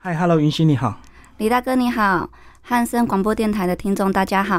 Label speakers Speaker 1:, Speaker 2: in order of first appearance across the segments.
Speaker 1: 嗨，Hello，云溪你好。
Speaker 2: 李大哥你好，汉森广播电台的听众大家好。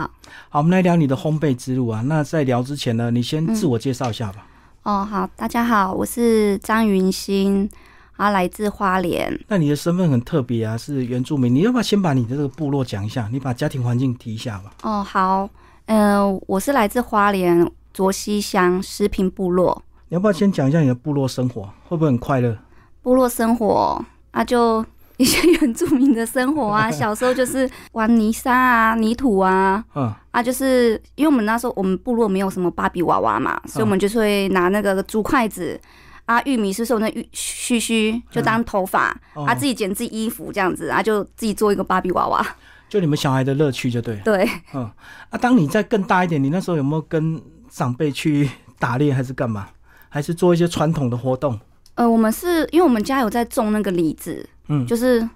Speaker 1: 好，我们来聊你的烘焙之路啊。那在聊之前呢，你先
Speaker 2: 嗯
Speaker 1: 自我介绍一下吧。
Speaker 2: 哦，好，大家好，我是张云欣，啊，来自花莲。
Speaker 1: 那你的身份很特别啊，是原住民。你要不要先把你的这个部落讲一下？你把家庭环境提一下吧。
Speaker 2: 哦，好，嗯、我是来自花莲卓溪乡石屏部落，
Speaker 1: 你要不要先讲一下你的部落生活？会不会很快乐？
Speaker 2: 部落生活啊，就一些原住民的生活啊，小时候就是玩泥沙啊、泥土啊。
Speaker 1: 嗯，
Speaker 2: 啊，就是因为我们那时候我们部落没有什么芭比娃娃嘛，所以我
Speaker 1: 嗯
Speaker 2: 们就是会拿那个竹筷子啊，玉米是说那玉须须就当头发、
Speaker 1: 哦
Speaker 2: 啊，自己剪自己衣服这样子啊，就自己做一个芭比娃娃。
Speaker 1: 就你们小孩的乐趣就对了。
Speaker 2: 对，
Speaker 1: 嗯，啊，当你再更大一点，你那时候有没有跟长辈去打猎，还是干嘛？还是做一些传统的活动？
Speaker 2: 呃，我们是因为我们家有在种那个李子，
Speaker 1: 嗯
Speaker 2: 就是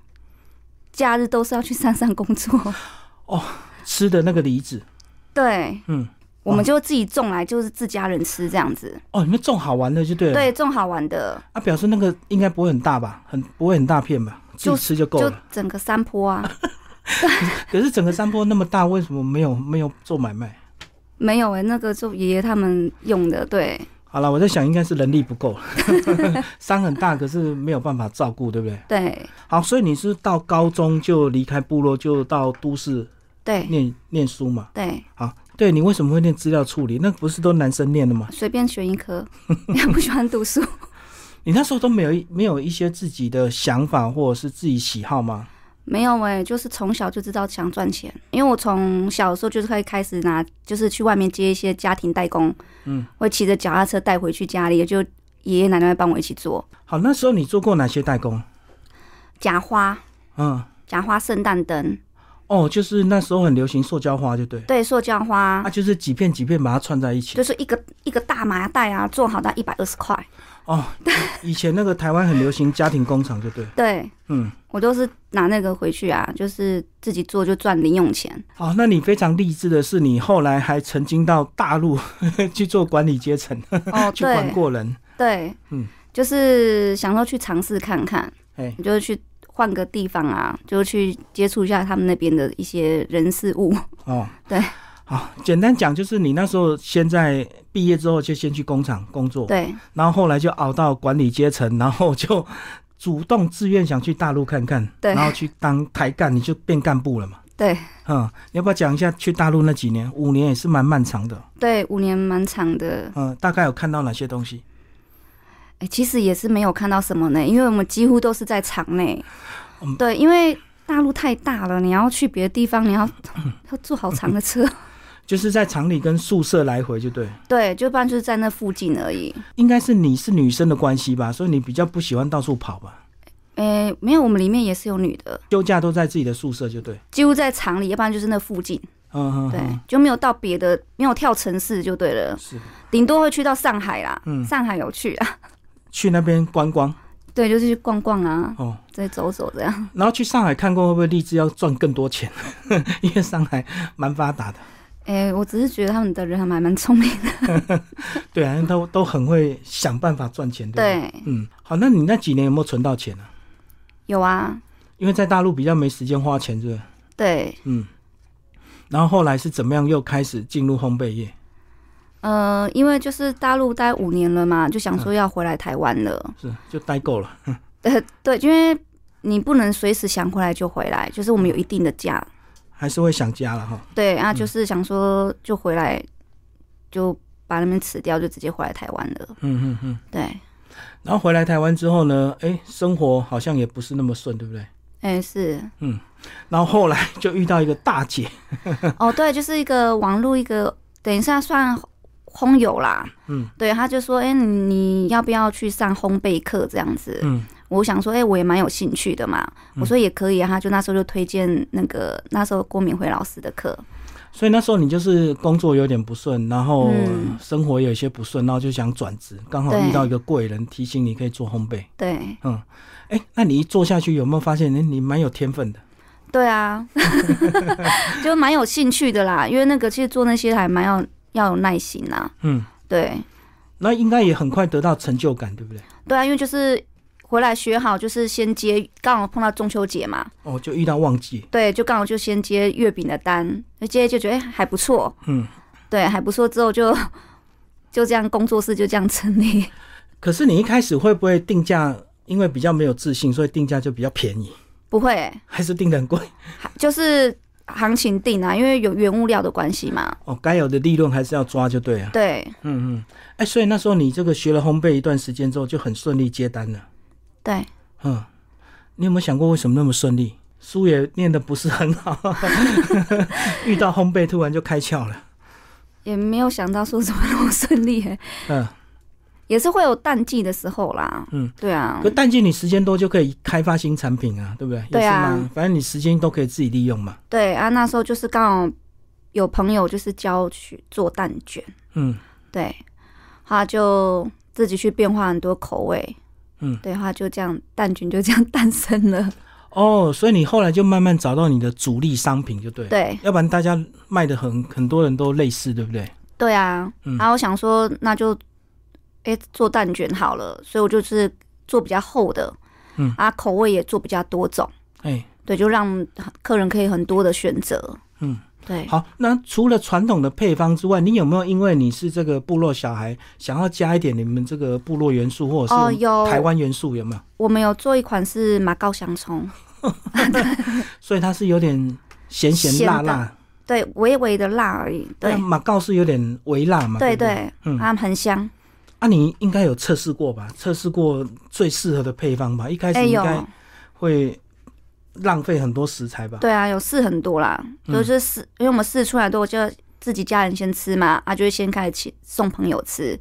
Speaker 2: 假日都是要去山上工作，
Speaker 1: 吃的那个梨子，
Speaker 2: 对，
Speaker 1: 嗯，
Speaker 2: 我们就自己种来，就是自家人吃这样子。
Speaker 1: 哦，你们种好玩的就对了。
Speaker 2: 对，种好玩的，
Speaker 1: 啊，表示那个应该不会很大吧？很不会很大片吧？自己
Speaker 2: 就
Speaker 1: 吃就够
Speaker 2: 就
Speaker 1: 了。
Speaker 2: 整个山坡啊，
Speaker 1: 可是整个山坡那么大，为什么没有没有做买卖？
Speaker 2: 没有哎、那个就爷爷他们用的，对。
Speaker 1: 好了，我在想应该是人力不够， 山很大，可是没有办法照顾，对不对？
Speaker 2: 对
Speaker 1: 好，所以你是到高中就离开部落，就到都市
Speaker 2: 对
Speaker 1: 念念书嘛？
Speaker 2: 对，
Speaker 1: 好，对你为什么会念资料处理？那不是都男生念的吗？
Speaker 2: 随便选 一科，也不喜欢读书。
Speaker 1: 你那时候都没有一没有一些自己的想法或者是自己喜好吗？
Speaker 2: 没有哎、就是从小就知道想赚钱，因为我从小的时候就是可以开始拿，就是去外面接一些家庭代工，
Speaker 1: 嗯，
Speaker 2: 会骑着脚踏车带回去家里，就爷爷奶奶会帮我一起做
Speaker 1: 好，那时候你做过哪些代工？
Speaker 2: 假花、
Speaker 1: 嗯，
Speaker 2: 假花圣诞灯，
Speaker 1: 哦，就是那时候很流行塑胶花，就对。
Speaker 2: 对，塑胶花
Speaker 1: 啊，。就是几片几片把它串在一起。
Speaker 2: 就是一个一个大麻袋啊，做好的一百二十块，
Speaker 1: 哦，以以前那个台湾很流行家庭工厂，就对。
Speaker 2: 对
Speaker 1: 嗯，
Speaker 2: 我都是拿那个回去啊，就是自己做就赚零用钱。
Speaker 1: 好，那你非常励志的是，你后来还曾经到大陆 去做管理阶层，
Speaker 2: 哦，
Speaker 1: 去管
Speaker 2: 对，
Speaker 1: 过人。
Speaker 2: 对，
Speaker 1: 嗯
Speaker 2: 嗯，就是想说去尝试看看，
Speaker 1: 哎，
Speaker 2: 就是去换个地方啊，就是去接触一下他们那边的一些人事物。
Speaker 1: 哦，
Speaker 2: 对。
Speaker 1: 好，简单讲就是你那时候先在毕业之后就先去工厂工作，
Speaker 2: 对
Speaker 1: 然后后来就熬到管理阶层，然后就主动自愿想去大陆看看，
Speaker 2: 对
Speaker 1: 然后去当台干，你就变干部了嘛。
Speaker 2: 对
Speaker 1: 嗯，你要不要讲一下去大陆那几年？五年也是蛮漫长的。
Speaker 2: 对，五年蛮长的，
Speaker 1: 嗯，大概有看到哪些东西？
Speaker 2: 哎、其实也是没有看到什么呢，因为我们几乎都是在场内
Speaker 1: 嗯。
Speaker 2: 对，因为大陆太大了，你要去别的地方， 你要要坐好长的车。
Speaker 1: 就是在厂里跟宿舍来回，就对。
Speaker 2: 对，就不然就是在那附近而已。
Speaker 1: 应该是你是女生的关系吧，所以你比较不喜欢到处跑吧。
Speaker 2: 哎、没有，我们里面也是有女的，
Speaker 1: 休假都在自己的宿舍，就对。
Speaker 2: 几乎在厂里，要不然就是那附近。
Speaker 1: 嗯嗯，
Speaker 2: 对
Speaker 1: 嗯，
Speaker 2: 就没有到别的，没有跳城市就对了，
Speaker 1: 是
Speaker 2: 顶多会去到上海啦。
Speaker 1: 嗯
Speaker 2: 上海有去 啊，
Speaker 1: 去那边观光
Speaker 2: 对，就是去逛逛啊，
Speaker 1: 哦，
Speaker 2: 再走走这样。
Speaker 1: 然后去上海看过，会不会立志要赚更多钱？ 因为上海蛮发达的，
Speaker 2: 哎、我只是觉得他们的人还蛮蛮聪明的。
Speaker 1: 对啊，都都很会想办法赚钱，对不对？
Speaker 2: 对，
Speaker 1: 嗯，好，那你那几年有没有存到钱啊？
Speaker 2: 有啊，
Speaker 1: 因为在大陆比较没时间花钱，是不是？
Speaker 2: 对，
Speaker 1: 嗯，然后后来是怎么样又开始进入烘焙业？
Speaker 2: 呃，因为就是大陆待五年了嘛，就想说要回来台湾了。
Speaker 1: 是就待够了。嗯
Speaker 2: 呃，对，因为你不能随时想回来就回来，就是我们有一定的假。
Speaker 1: 还是会想家了哈。
Speaker 2: 对
Speaker 1: 嗯
Speaker 2: 啊，就是想说就回来，就把那边辞掉，就直接回来台湾了。
Speaker 1: 嗯嗯嗯。
Speaker 2: 对，
Speaker 1: 然后回来台湾之后呢，哎，生活好像也不是那么顺，对不对？
Speaker 2: 哎、是。
Speaker 1: 然后后来就遇到一个大姐，
Speaker 2: 哦，对，就是一个网络一个，等一下算烘友啦。
Speaker 1: 嗯，
Speaker 2: 对，他就说，哎、你你要不要去上烘焙课这样子？
Speaker 1: 嗯，
Speaker 2: 我想说，哎、我也蛮有兴趣的嘛。我说也可以啊，他就那时候就推荐那个那时候郭敏慧老师的课。
Speaker 1: 所以那时候你就是工作有点不顺，然后
Speaker 2: 嗯
Speaker 1: 生活也有些不顺，然后就想转职，刚好
Speaker 2: 对
Speaker 1: 遇到一个贵人提醒你可以做烘焙。
Speaker 2: 对，
Speaker 1: 哎，那你一做下去，有没有发现，哎，你蛮有天分的？
Speaker 2: 对 啊，就蛮有兴趣的啦，因为那个其实做那些还蛮要要有耐心啦。
Speaker 1: 嗯，
Speaker 2: 对，
Speaker 1: 那应该也很快得到成就感，对不对？
Speaker 2: 对啊，因为就是回来学好，就是先接，刚好碰到中秋节嘛，
Speaker 1: 哦，就遇到旺季，
Speaker 2: 对，就刚好就先接月饼的单，就接就觉得哎、还不错，
Speaker 1: 嗯，
Speaker 2: 对，还不错，之后就 就这样工作室就这样成立，
Speaker 1: 可是你一开始会不会定价？因为比较没有自信，所以定价就比较便宜，
Speaker 2: 不会、
Speaker 1: 还是定的很贵？
Speaker 2: 还就是行情定啊，因为有原物料的关系嘛，
Speaker 1: 哦，该有的利润还是要抓就对了。
Speaker 2: 对
Speaker 1: 嗯嗯，哎、所以那时候你这个学了烘焙一段时间之后，就很顺利接单了。
Speaker 2: 对，
Speaker 1: 嗯，你有没有想过为什么那么顺利？书也念的不是很好， 遇到烘焙突然就开窍了。
Speaker 2: 也没有想到说怎么那么顺利、
Speaker 1: 嗯，
Speaker 2: 也是会有淡季的时候啦，
Speaker 1: 嗯，
Speaker 2: 对啊
Speaker 1: 可，淡季你时间多就可以开发新产品啊，对不对？也是
Speaker 2: 对啊
Speaker 1: 嘛，反正你时间都可以自己利用嘛。
Speaker 2: 对啊，那时候就是刚好有朋友就是教去做蛋卷。
Speaker 1: 嗯，
Speaker 2: 对，他就自己去变化很多口味，
Speaker 1: 嗯
Speaker 2: 对，他就这样蛋卷就这样诞生了，
Speaker 1: 哦，所以你后来就慢慢找到你的主力商品，就 对了。
Speaker 2: 对
Speaker 1: 要不然大家卖的很，很多人都类似，对不对？
Speaker 2: 对啊，
Speaker 1: 嗯
Speaker 2: 然后我想说那就，哎、做蛋卷好了，所以我就是做比较厚的，
Speaker 1: 嗯
Speaker 2: 啊，口味也做比较多种，
Speaker 1: 哎，
Speaker 2: 对，就让客人可以很多的选择，
Speaker 1: 嗯，
Speaker 2: 对，
Speaker 1: 好，那除了传统的配方之外，你有没有因为你是这个部落小孩，想要加一点你们这个部落元素，或
Speaker 2: 哦，
Speaker 1: 者是
Speaker 2: 有
Speaker 1: 台湾元素，有没有？
Speaker 2: 我们有做一款是马告香葱，
Speaker 1: 所以它是有点咸咸辣
Speaker 2: 咸
Speaker 1: 辣，
Speaker 2: 对，微微的辣而已，对
Speaker 1: 那，马告是有点微辣嘛？
Speaker 2: 对
Speaker 1: 对不。
Speaker 2: 对，
Speaker 1: 嗯
Speaker 2: 它很香，
Speaker 1: 啊，你应该有测试过吧？测试过最适合的配方吧？一开
Speaker 2: 哎
Speaker 1: 始应
Speaker 2: 呦。
Speaker 1: 该会浪费很多食材吧？
Speaker 2: 对啊，有试很多啦，
Speaker 1: 嗯
Speaker 2: 就是试，因为我们试出来都就自己家人先吃嘛，啊，就会先开始请送朋友吃，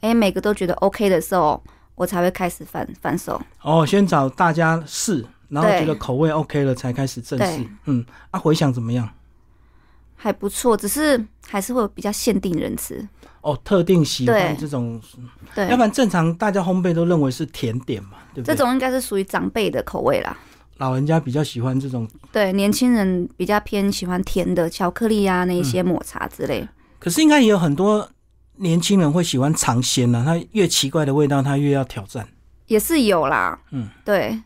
Speaker 2: 哎、每个都觉得 OK 的时候，我才会开始贩贩售。
Speaker 1: 哦，先找大家试，然后
Speaker 2: 对
Speaker 1: 觉得口味 OK 了，才开始正式
Speaker 2: 对。
Speaker 1: 嗯，啊，回想怎么样？
Speaker 2: 还不错，只是还是会有比较限定人吃，
Speaker 1: 哦，特定喜欢
Speaker 2: 对
Speaker 1: 这种
Speaker 2: 对
Speaker 1: 要不，然正常大家烘焙都认为是甜点嘛，对不
Speaker 2: 这
Speaker 1: 对？
Speaker 2: 种应该是属于长辈的口味啦。
Speaker 1: 老人家比较喜欢这种，
Speaker 2: 对，年轻人比较偏喜欢甜的，巧克力啊，那一
Speaker 1: 嗯
Speaker 2: 些抹茶之类。
Speaker 1: 可是应该也有很多年轻人会喜欢尝鲜呢、啊。他越奇怪的味道，他越要挑战。
Speaker 2: 也是有啦，
Speaker 1: 嗯，
Speaker 2: 对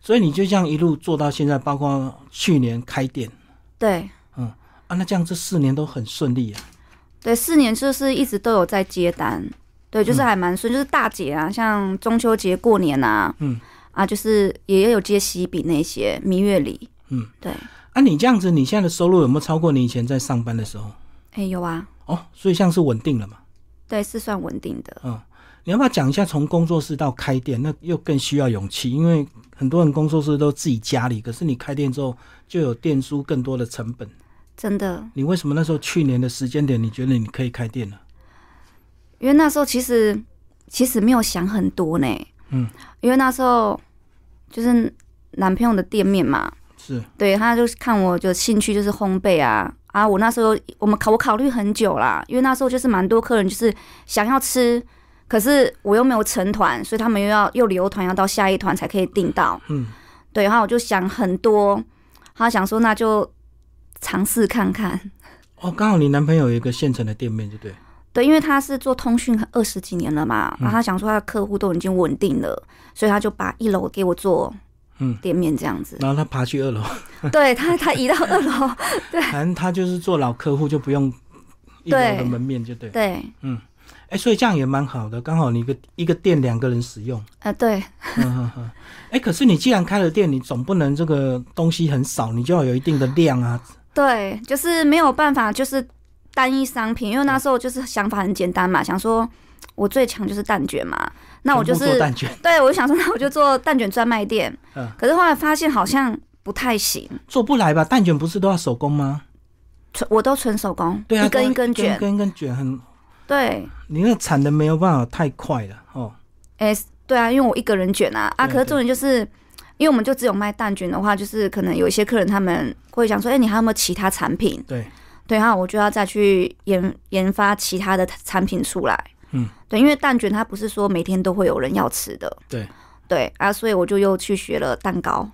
Speaker 1: 所以你就这样一路做到现在，包括去年开店
Speaker 2: 对
Speaker 1: 啊，那这样这四年都很顺利啊。
Speaker 2: 对，四年就是一直都有在接单，对，
Speaker 1: 嗯
Speaker 2: 就是还蛮顺，就是大节啊，像中秋节、过年啊，
Speaker 1: 嗯，
Speaker 2: 啊，就是也有接喜饼那些蜜月礼，
Speaker 1: 嗯，
Speaker 2: 对，
Speaker 1: 啊，你这样子，你现在的收入有没有超过你以前在上班的时候？
Speaker 2: 哎、有啊，
Speaker 1: 哦，所以像是稳定了嘛。
Speaker 2: 对，是算稳定的，
Speaker 1: 你要不要讲一下从工作室到开店，那又更需要勇气，因为很多人工作室都自己家里，可是你开店之后就有店租更多的成本。
Speaker 2: 真的，
Speaker 1: 你为什么那时候去年的时间点，你觉得你可以开店了？
Speaker 2: 因为那时候其实其实没有想很多呢，
Speaker 1: 嗯，
Speaker 2: 因为那时候就是男朋友的店面嘛，
Speaker 1: 是，
Speaker 2: 对，他就是看我就兴趣就是烘焙啊啊！我那时候我们考我考虑很久啦，因为那时候就是蛮多客人就是想要吃，可是我又没有成团，所以他们又要又留团要到下一团才可以订到。
Speaker 1: 嗯，
Speaker 2: 对，然后我就想很多，他想说那就尝试看看。
Speaker 1: 哦，刚好你男朋友有一个现成的店面，就对，
Speaker 2: 对，因为他是做通讯二十几年了嘛，
Speaker 1: 嗯
Speaker 2: 啊然后他想说他的客户都已经稳定了，所以他就把一楼给我做
Speaker 1: 嗯
Speaker 2: 店面这样子。
Speaker 1: 然后他爬去二楼，
Speaker 2: 对他，他移到二楼，
Speaker 1: 反正他就是做老客户，就不用一楼的
Speaker 2: 对
Speaker 1: 门面，就对。
Speaker 2: 对，
Speaker 1: 哎、所以这样也蛮好的，刚好你一个一个店两个人使 用。
Speaker 2: 呃，对。
Speaker 1: 嗯哼哼。哎、可是你既然开了店，你总不能这个东西很少，你就要有一定的量啊。
Speaker 2: 对，就是没有办法，就是单一商品，因为那时候就是想法很简单嘛，想说我最强就是蛋卷嘛，那我就
Speaker 1: 全部
Speaker 2: 是
Speaker 1: 做蛋卷，
Speaker 2: 对，我就想说那我就做蛋卷专卖店，
Speaker 1: 嗯
Speaker 2: 可是后来发现好像不太行，
Speaker 1: 做不来吧？蛋卷不是都要手工吗？
Speaker 2: 纯我都纯手工，
Speaker 1: 对啊，
Speaker 2: 一根
Speaker 1: 都要
Speaker 2: 一根卷
Speaker 1: 一，根一根卷很，
Speaker 2: 对，
Speaker 1: 你那个产的没有办法太快了哦。
Speaker 2: 哎、对啊，因为我一个人卷啊，啊，
Speaker 1: 对
Speaker 2: 可是
Speaker 1: 对
Speaker 2: 重点就是。因为我们就只有卖蛋卷的话，就是可能有一些客人他们会想说，哎、你还有没有其他产品？
Speaker 1: 对，
Speaker 2: 对，然后我就要再去研研发其他的产品出来。
Speaker 1: 嗯，
Speaker 2: 对，因为蛋卷它不是说每天都会有人要吃的。
Speaker 1: 对
Speaker 2: 对啊，所以我就又去学了蛋糕。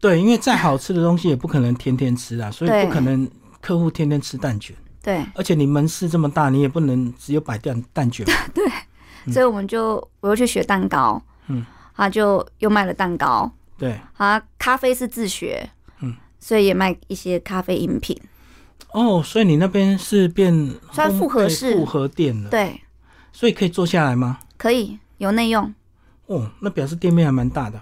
Speaker 1: 对，因为再好吃的东西也不可能天天吃啊，所以
Speaker 2: 对
Speaker 1: 不可能客户天天吃蛋卷。
Speaker 2: 对，
Speaker 1: 而且你门市这么大，你也 不能只有摆蛋蛋卷嘛。
Speaker 2: 所以我们就我又去学蛋糕。
Speaker 1: 嗯，
Speaker 2: 他就又卖了蛋糕，
Speaker 1: 对，
Speaker 2: 啊，咖啡是自学，
Speaker 1: 嗯，
Speaker 2: 所以也卖一些咖啡饮品，
Speaker 1: 哦，所以你那边是变
Speaker 2: 算复合式
Speaker 1: 烘焙复合店了，
Speaker 2: 对，
Speaker 1: 所以可以坐下来吗？
Speaker 2: 可以有内用，
Speaker 1: 哦，那表示店面还蛮大 的，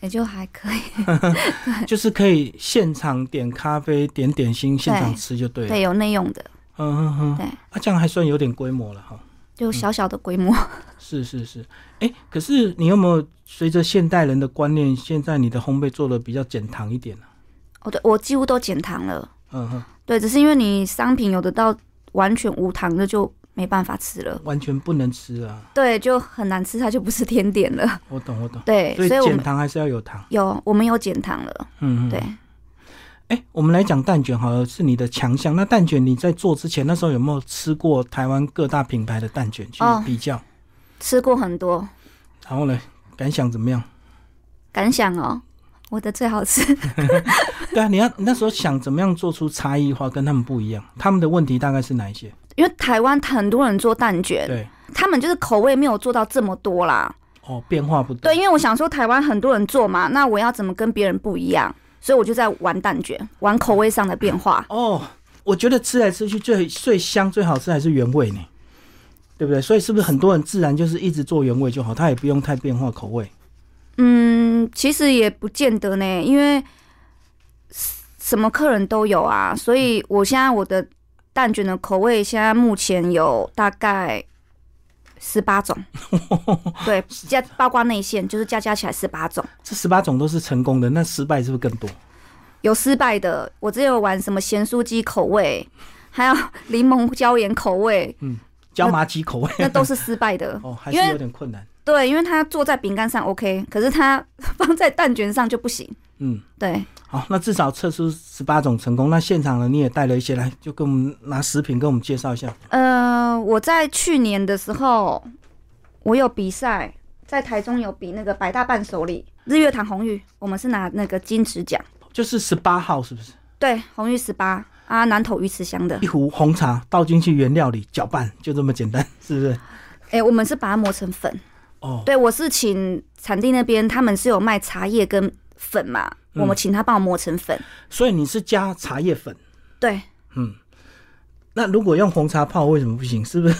Speaker 2: 也就还可以，
Speaker 1: 就是可以现场点咖啡、点点心，现场
Speaker 2: 对
Speaker 1: 吃就对了。
Speaker 2: 对，有内用的，
Speaker 1: 嗯哼哼，
Speaker 2: 对
Speaker 1: 啊，这样还算有点规模了哈。
Speaker 2: 就小小的规模。
Speaker 1: 是是是，哎、可是你有没有随着现代人的观念，现在你的烘焙做的比较减糖一点呢、啊
Speaker 2: 哦，对，我几乎都减糖了。
Speaker 1: 嗯哼，
Speaker 2: 对，只是因为你商品有的到完全无糖的就没办法吃了，
Speaker 1: 完全不能吃啊！
Speaker 2: 对，就很难吃，它就不是甜点了。
Speaker 1: 我懂我懂，
Speaker 2: 对，
Speaker 1: 所以
Speaker 2: 所以我
Speaker 1: 减
Speaker 2: 们
Speaker 1: 糖还是要有糖。
Speaker 2: 有我们有减糖了。
Speaker 1: 嗯嗯，
Speaker 2: 对，
Speaker 1: 哎、我们来讲蛋卷好了，是你的强项。那蛋卷你在做之前，那时候有没有吃过台湾各大品牌的蛋卷去
Speaker 2: 哦
Speaker 1: 比较？
Speaker 2: 吃过很多，
Speaker 1: 然后呢，感想怎么样？
Speaker 2: 感想哦，我的最好吃。
Speaker 1: 对啊，你要你那时候想怎么样做出差异化，跟他们不一样？他们的问题大概是哪一些？
Speaker 2: 因为台湾很多人做蛋卷，
Speaker 1: 对，
Speaker 2: 他们就是口味没有做到这么多啦。
Speaker 1: 哦，变化不大
Speaker 2: 对，因为我想说台湾很多人做嘛，那我要怎么跟别人不一样？所以我就在玩蛋卷，玩口味上的变化。
Speaker 1: 哦，我觉得吃来吃去最最香、最好吃还是原味呢，对不对？所以是不是很多人自然就是一直做原味就好，他也不用太变化口味？
Speaker 2: 嗯，其实也不见得呢，因为 s- 什么客人都有啊，所以我现在我的蛋卷的口味现在目前有大概十八种，对，加包括内馅，就是加加起来十八种。
Speaker 1: 这十八种都是成功的，那失败是不是更多？
Speaker 2: 有失败的，我之前有玩什么咸酥鸡口味，还有 柠檬椒盐口味，
Speaker 1: 椒麻鸡口味。
Speaker 2: 那都是失败 的
Speaker 1: 哦，还是有点困难。
Speaker 2: 对，因为它坐在饼干上 OK，可是它 放在蛋卷上就不行。
Speaker 1: 嗯，
Speaker 2: 对，
Speaker 1: 好，那至少测出十八种成功。那现场呢，你也带了一些来，就跟我们拿食品跟我们介绍一下。
Speaker 2: 呃，我在去年的时候，我有比赛，在台中有比那个百大伴手礼日月潭红玉，我们是拿那个金质奖，
Speaker 1: 就是十八号是不是？
Speaker 2: 对，红玉十八啊，南投鱼池乡的，
Speaker 1: 一壶红茶倒进去原料里搅拌，就这么简单，是不是？
Speaker 2: 哎、我们是把它磨成粉，
Speaker 1: 哦，
Speaker 2: 对我是请产地那边他们是有卖茶叶跟粉嘛，
Speaker 1: 嗯
Speaker 2: 我们请他帮我磨成粉，
Speaker 1: 所以你是加茶叶粉。
Speaker 2: 对，
Speaker 1: 那如果用红茶泡为什么不行？是不是？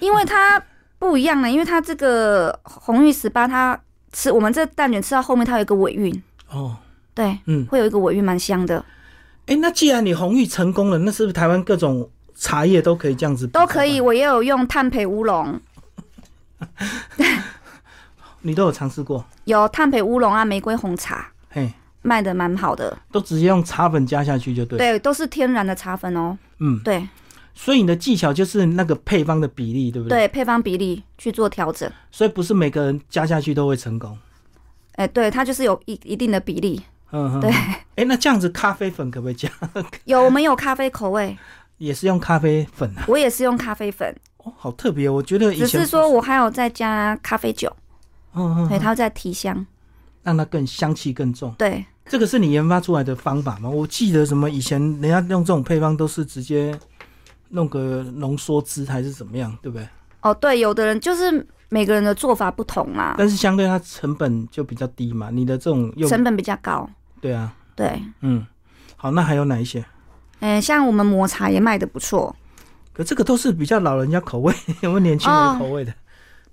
Speaker 2: 因为它不一样啊呢，因为它这个红玉十八，它吃我们这蛋卷吃到后面，它有一个尾韵，
Speaker 1: 哦，
Speaker 2: 对，
Speaker 1: 嗯，
Speaker 2: 会有一个尾韵蛮香的。
Speaker 1: 哎、那既然你红玉成功了，那是不是台湾各种茶叶都可以这样子？
Speaker 2: 都可以，，我也有用炭焙乌龙，
Speaker 1: 你都有尝试过？
Speaker 2: 有炭焙乌龙啊，玫瑰红茶
Speaker 1: 嘿，
Speaker 2: 卖的蛮好的，
Speaker 1: 都直接用茶粉加下去就对。，
Speaker 2: 对，都是天然的茶粉哦，
Speaker 1: 嗯，
Speaker 2: 对
Speaker 1: 所以你的技巧就是那个配方的比例，对不对？对，
Speaker 2: 对，配方比例去做调整，
Speaker 1: 所以不是每个人加下去都会成功。
Speaker 2: 哎、对，它就是有一一定的比例，
Speaker 1: 嗯哼，
Speaker 2: 对
Speaker 1: 哎、那这样子咖啡粉可不可以加？
Speaker 2: 有我们有咖啡口味，
Speaker 1: 也是用咖啡粉啊？
Speaker 2: 我也是用咖啡粉，
Speaker 1: 哦，好特别，我觉得以
Speaker 2: 只
Speaker 1: 前
Speaker 2: 是说我还有再加咖啡酒，
Speaker 1: 嗯
Speaker 2: 对，
Speaker 1: 嗯，
Speaker 2: 它会再提香，
Speaker 1: 让它更香气更重。
Speaker 2: 对，
Speaker 1: 这个是你研发出来的方法吗？我记得什么以前人家用这种配方都是直接弄个浓缩汁还是怎么样，对不对？
Speaker 2: 哦，对，有的人就是每个人的做法不同啦，
Speaker 1: 但是相对它成本就比较低嘛，你的这种用
Speaker 2: 成本比较高，
Speaker 1: 对啊，
Speaker 2: 对，
Speaker 1: 嗯，好，那还有哪一些？
Speaker 2: 嗯、像我们抹茶也卖的不错，
Speaker 1: 可这个都是比较老人家口味， 有没有年轻人口味的？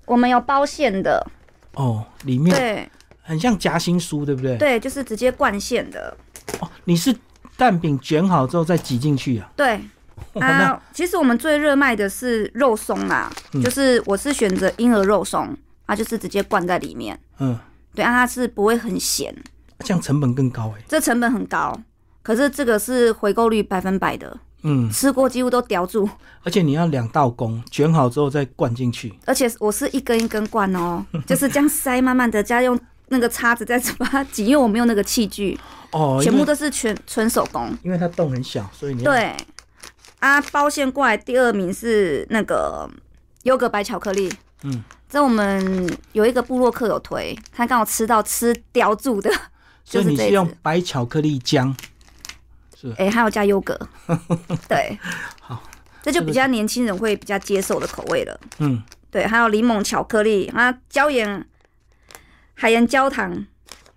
Speaker 2: 我们有包馅的，
Speaker 1: 哦，里面
Speaker 2: 对
Speaker 1: 很像夹心酥，对不对？
Speaker 2: 对，就是直接灌馅的，
Speaker 1: 哦，你是蛋饼卷好之后再挤进去啊？
Speaker 2: 对。
Speaker 1: 哦、那
Speaker 2: 啊，其实我们最热卖的是肉松啦，
Speaker 1: 嗯
Speaker 2: 就是我是选择婴儿肉松，它就是直接灌在里面，
Speaker 1: 嗯，
Speaker 2: 对，啊，它是不会很咸，
Speaker 1: 这样成本更高哎、
Speaker 2: 这成本很高，可是这个是回购率百分百的，
Speaker 1: 嗯，
Speaker 2: 吃过几乎都叼住，
Speaker 1: 而且你要两道工，卷好之后再灌进去。
Speaker 2: 而且我是一根一根灌 哦，就是这样塞，慢慢的加用那个叉子再把它 挤，因为我没有那个器具，
Speaker 1: 哦，
Speaker 2: 全部
Speaker 1: 因为
Speaker 2: 都是全纯手工，
Speaker 1: 因为它洞很小，所以你要
Speaker 2: 对，啊，包馅过来第二名是那个优格白巧克力。
Speaker 1: 嗯，
Speaker 2: 这我们有一个部落客有推，他刚好吃到吃叼住的，
Speaker 1: 所以你
Speaker 2: 就是这
Speaker 1: 是
Speaker 2: 一
Speaker 1: 用
Speaker 2: 次
Speaker 1: 白巧克力浆，
Speaker 2: 哎、还有加优 格，对，
Speaker 1: 好，
Speaker 2: 这就比较年轻人会比较接受的口味了。
Speaker 1: 嗯，
Speaker 2: 对，还有柠檬巧克力啊，椒盐海盐焦糖，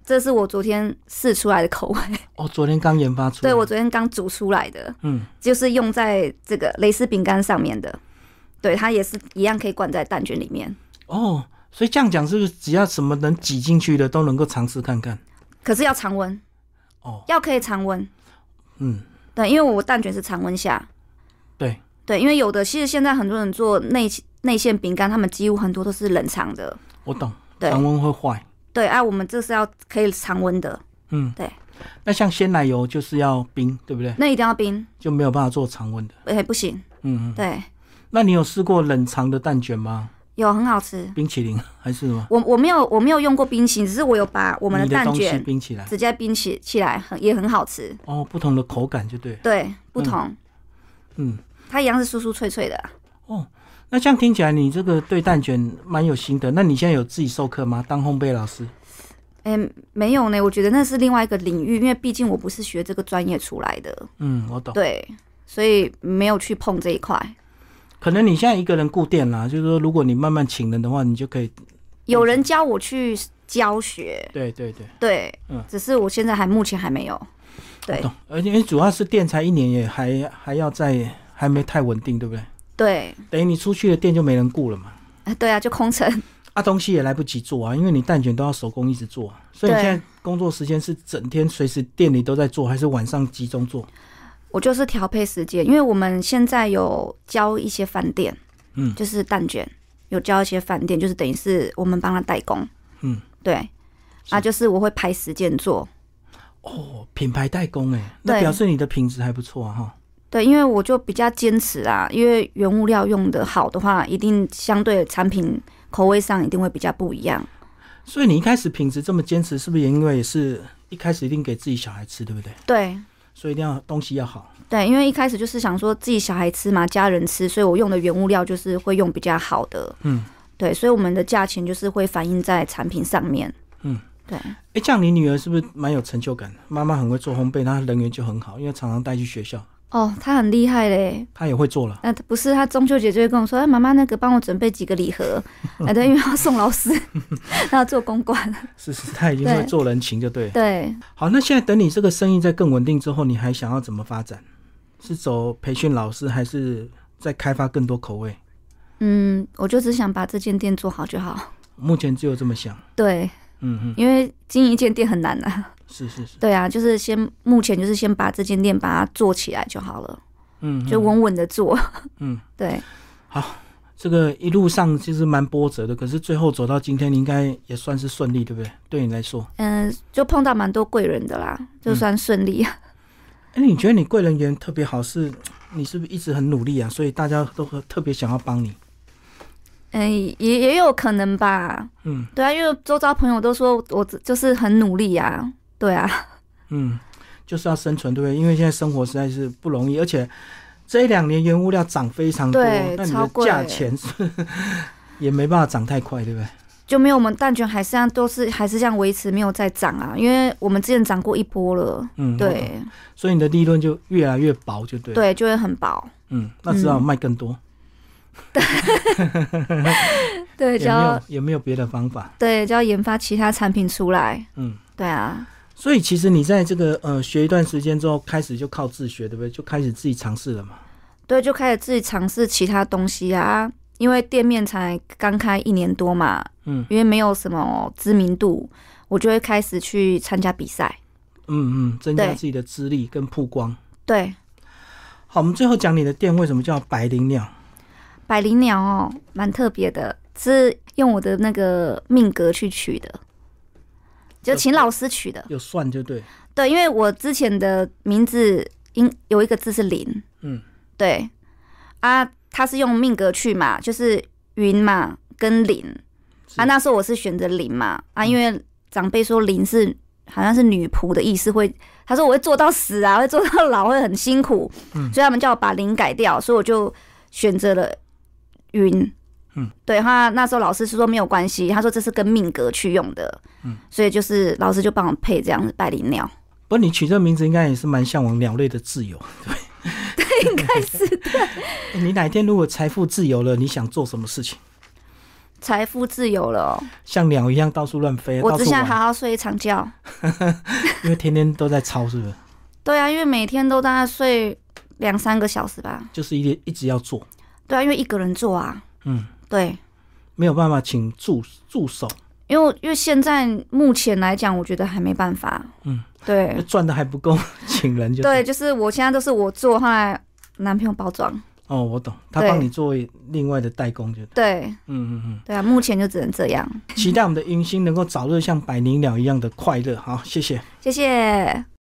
Speaker 2: 这是我昨天试出来的口味，
Speaker 1: 哦，昨天刚研发出来，
Speaker 2: 对我昨天刚煮出来的，
Speaker 1: 嗯，
Speaker 2: 就是用在这个蕾丝饼干上面的。对，它也是一样可以灌在蛋卷里面。
Speaker 1: 哦，所以这样讲是不是只要什么能挤进去的都能够尝试看看？
Speaker 2: 可是要常温，
Speaker 1: 哦，
Speaker 2: 要可以常温。
Speaker 1: 嗯，
Speaker 2: 对，因为我蛋卷是常温下。
Speaker 1: 对
Speaker 2: 对，因为有的其实现在很多人做内内馅饼干，他们几乎很多都是冷藏的。
Speaker 1: 我懂，
Speaker 2: 对
Speaker 1: 常温会坏。
Speaker 2: 对，啊，我们这是要可以常温的，
Speaker 1: 嗯，
Speaker 2: 对。
Speaker 1: 那像鲜奶油就是要冰，对不对？
Speaker 2: 那一定要冰，
Speaker 1: 就没有办法做常温的。
Speaker 2: 哎、不行。
Speaker 1: 嗯，嗯。
Speaker 2: 对，
Speaker 1: 那你有试过冷藏的蛋卷吗？
Speaker 2: 有很好吃。
Speaker 1: 冰淇淋 还是什么？
Speaker 2: 我我没有我没有用过冰淇淋，只是我有把我
Speaker 1: 我
Speaker 2: 们的蛋
Speaker 1: 东西
Speaker 2: 卷
Speaker 1: 冰起来
Speaker 2: 直接冰起起来，很也很好吃。
Speaker 1: 哦，不同的口感就对。
Speaker 2: 对，不同，
Speaker 1: 嗯，
Speaker 2: 它一样是酥酥脆脆的啊。
Speaker 1: 那这样听起来你这个对蛋卷蛮有心得。那你现在有自己授课吗？当烘焙老师？
Speaker 2: 哎、没有呢，我觉得那是另外一个领域，因为毕竟我不是学这个专业出来的，
Speaker 1: 嗯，我懂。
Speaker 2: 对，所以没有去碰这一块。
Speaker 1: 可能你现在一个人顾店啦，就是说，如果你慢慢请人的话，你就可以。
Speaker 2: 有人教我去教学，
Speaker 1: 对对对，
Speaker 2: 对，
Speaker 1: 嗯
Speaker 2: 只是我现在还目前还没有。对
Speaker 1: 懂。而且主要是店才一年，也还还要在，还没太稳定，对不对？
Speaker 2: 对，
Speaker 1: 等于你出去的店就没人顾了嘛。
Speaker 2: 哎对啊，就空城。
Speaker 1: 啊，东西也来不及做啊，因为你蛋卷都要手工一直做、啊，所以你
Speaker 2: 对
Speaker 1: 现在工作时间是整天随时店里都在做，还是晚上集中做？
Speaker 2: 我就是调配时间，因为我们现在有教一些饭店，
Speaker 1: 嗯
Speaker 2: 就是蛋卷，有教一些饭店，就是等于是我们帮他代工，
Speaker 1: 嗯，
Speaker 2: 对，啊，就是我会排时间做，
Speaker 1: 哦，品牌代工哎、那
Speaker 2: 对
Speaker 1: 表示你的品质还不错啊哈。
Speaker 2: 对，因为我就比较坚持啊，因为原物料用的好的话，一定相对产品口味上一定会比较不一样，
Speaker 1: 所以你一开始品质这么坚持，是不是也因为也是一开始一定给自己小孩吃，对不对？
Speaker 2: 对。
Speaker 1: 所以一定要东西要好。
Speaker 2: 对，因为一开始就是想说自己小孩吃嘛，家人吃，所以我用的原物料就是会用比较好的，
Speaker 1: 嗯，
Speaker 2: 对，所以我们的价钱就是会反映在产品上面，
Speaker 1: 嗯，
Speaker 2: 对。
Speaker 1: 哎、这样你女儿是不是蛮有成就感的？妈妈很会做烘焙，她人缘就很好，因为常常带去学校，
Speaker 2: 哦，他很厉害嘞。
Speaker 1: 她也会做了。
Speaker 2: 那不是他中秋节就会跟我说：“哎，妈妈，那个帮我准备几个礼盒。”哎，对，因为要送老师， 那要做公关。
Speaker 1: 是是，她已经会
Speaker 2: 对
Speaker 1: 做人情就对了。
Speaker 2: 对，
Speaker 1: 好，那现在等你这个生意在更稳定之后，你还想要怎么发展？是走培训老师，还是再开发更多口味？
Speaker 2: 嗯，我就只想把这间店做好就好。
Speaker 1: 目前只有这么想。
Speaker 2: 对，
Speaker 1: 嗯嗯，
Speaker 2: 因为经营一间店很难啊。
Speaker 1: 是是是，
Speaker 2: 对啊，就是先目前就是先把这间店把它做起来就好了，
Speaker 1: 嗯，
Speaker 2: 就
Speaker 1: 嗯
Speaker 2: 稳稳的做。
Speaker 1: 嗯，
Speaker 2: 对，
Speaker 1: 这个一路上其实蛮波折的，可是最后走到今天，你应该也算是顺利，对不对？对你来说，
Speaker 2: 嗯，就碰到蛮多贵人的啦，就算顺利。
Speaker 1: 哎，你觉得你贵人缘特别好是，你是不是一直很努力啊？所以大家都很特别想要帮你。
Speaker 2: 嗯，也也有可能吧。
Speaker 1: 嗯
Speaker 2: 对啊，因为周遭朋友都说我就是很努力啊。对啊。
Speaker 1: 嗯，就是要生存，对不对？因为现在生活实在是不容易，而且这一两年原物料涨非常多，
Speaker 2: 对
Speaker 1: 那你
Speaker 2: 超
Speaker 1: 的
Speaker 2: 贵
Speaker 1: 价钱是也没办法涨太快，对不对？
Speaker 2: 就没有我们蛋卷还是这样，都是还是这样维持，没有再涨啊，因为我们之前涨过一波了，
Speaker 1: 嗯，我懂，
Speaker 2: 对
Speaker 1: 所以你的利润就越来越薄，就对。，
Speaker 2: 对，就会很薄，
Speaker 1: 嗯，那只好卖更多，
Speaker 2: 对，
Speaker 1: 也没有
Speaker 2: 就嗯要
Speaker 1: 也没有别的方法。
Speaker 2: 对就要研发其他产品出来，
Speaker 1: 嗯，
Speaker 2: 对啊，
Speaker 1: 所以其实你在这个呃学一段时间之后，开始就靠自学，对不对？就开始自己尝试了嘛。
Speaker 2: 对，就开始自己尝试其他东西啊，因为店面才刚开一年多嘛，
Speaker 1: 嗯，
Speaker 2: 因为没有什么知名度，我就会开始去参加比赛，
Speaker 1: 嗯嗯，增加
Speaker 2: 对
Speaker 1: 自己的资历跟曝光。
Speaker 2: 对，
Speaker 1: 好，我们最后讲你的店为什么叫白灵鸟？
Speaker 2: 百灵鸟哦，蛮特别的，是用我的那个命格去取的，就请老师取的。
Speaker 1: 有算就对，
Speaker 2: 对，因为我之前的名字应有一个字是零，
Speaker 1: 嗯，
Speaker 2: 对啊，它是用命格去嘛，就是云嘛跟零
Speaker 1: 是嗯
Speaker 2: 啊。那时候我是选择零嘛啊，因为长辈说零是好像是女仆的意思，会他说我会做到死啊，会做到老，会很辛苦，
Speaker 1: 嗯
Speaker 2: 所以他们叫我把零改掉，所以我就选择了云。
Speaker 1: 嗯，
Speaker 2: 对，他那时候老师是说没有关系，他说这是跟命格去用的，嗯，所以就是老师就帮我配这样子百灵鸟。
Speaker 1: 不过你取这名字应该也是蛮向往鸟类的自 由，对？对，应该是你哪一天如果财富自由了，你想做什么事情？
Speaker 2: 财富自由了、哦，
Speaker 1: 像鸟一样到处乱飞，啊
Speaker 2: 我
Speaker 1: 到
Speaker 2: 只
Speaker 1: 处
Speaker 2: 想好
Speaker 1: 玩，
Speaker 2: 好睡一场觉。
Speaker 1: 因为天天都在操，是不是？
Speaker 2: 对啊，因为每天都大概睡两三个小时吧。
Speaker 1: 就是一一直要做，
Speaker 2: 对啊，因为一个人做啊。
Speaker 1: 嗯，
Speaker 2: 对，
Speaker 1: 没有办法请助助手，
Speaker 2: 因为我因为现在目前来讲，我觉得还没办法。
Speaker 1: 嗯，
Speaker 2: 对
Speaker 1: 赚的还不够，请人就
Speaker 2: 对，就是我现在都是我做，后来男朋友包装。
Speaker 1: 哦，我懂，他
Speaker 2: 对
Speaker 1: 帮你做另外的代工就，
Speaker 2: 对
Speaker 1: 嗯嗯嗯，
Speaker 2: 对啊，目前就只能这样。
Speaker 1: 期待我们的迎新能够早日像百灵鸟一样的快乐，好，谢谢。
Speaker 2: 谢谢。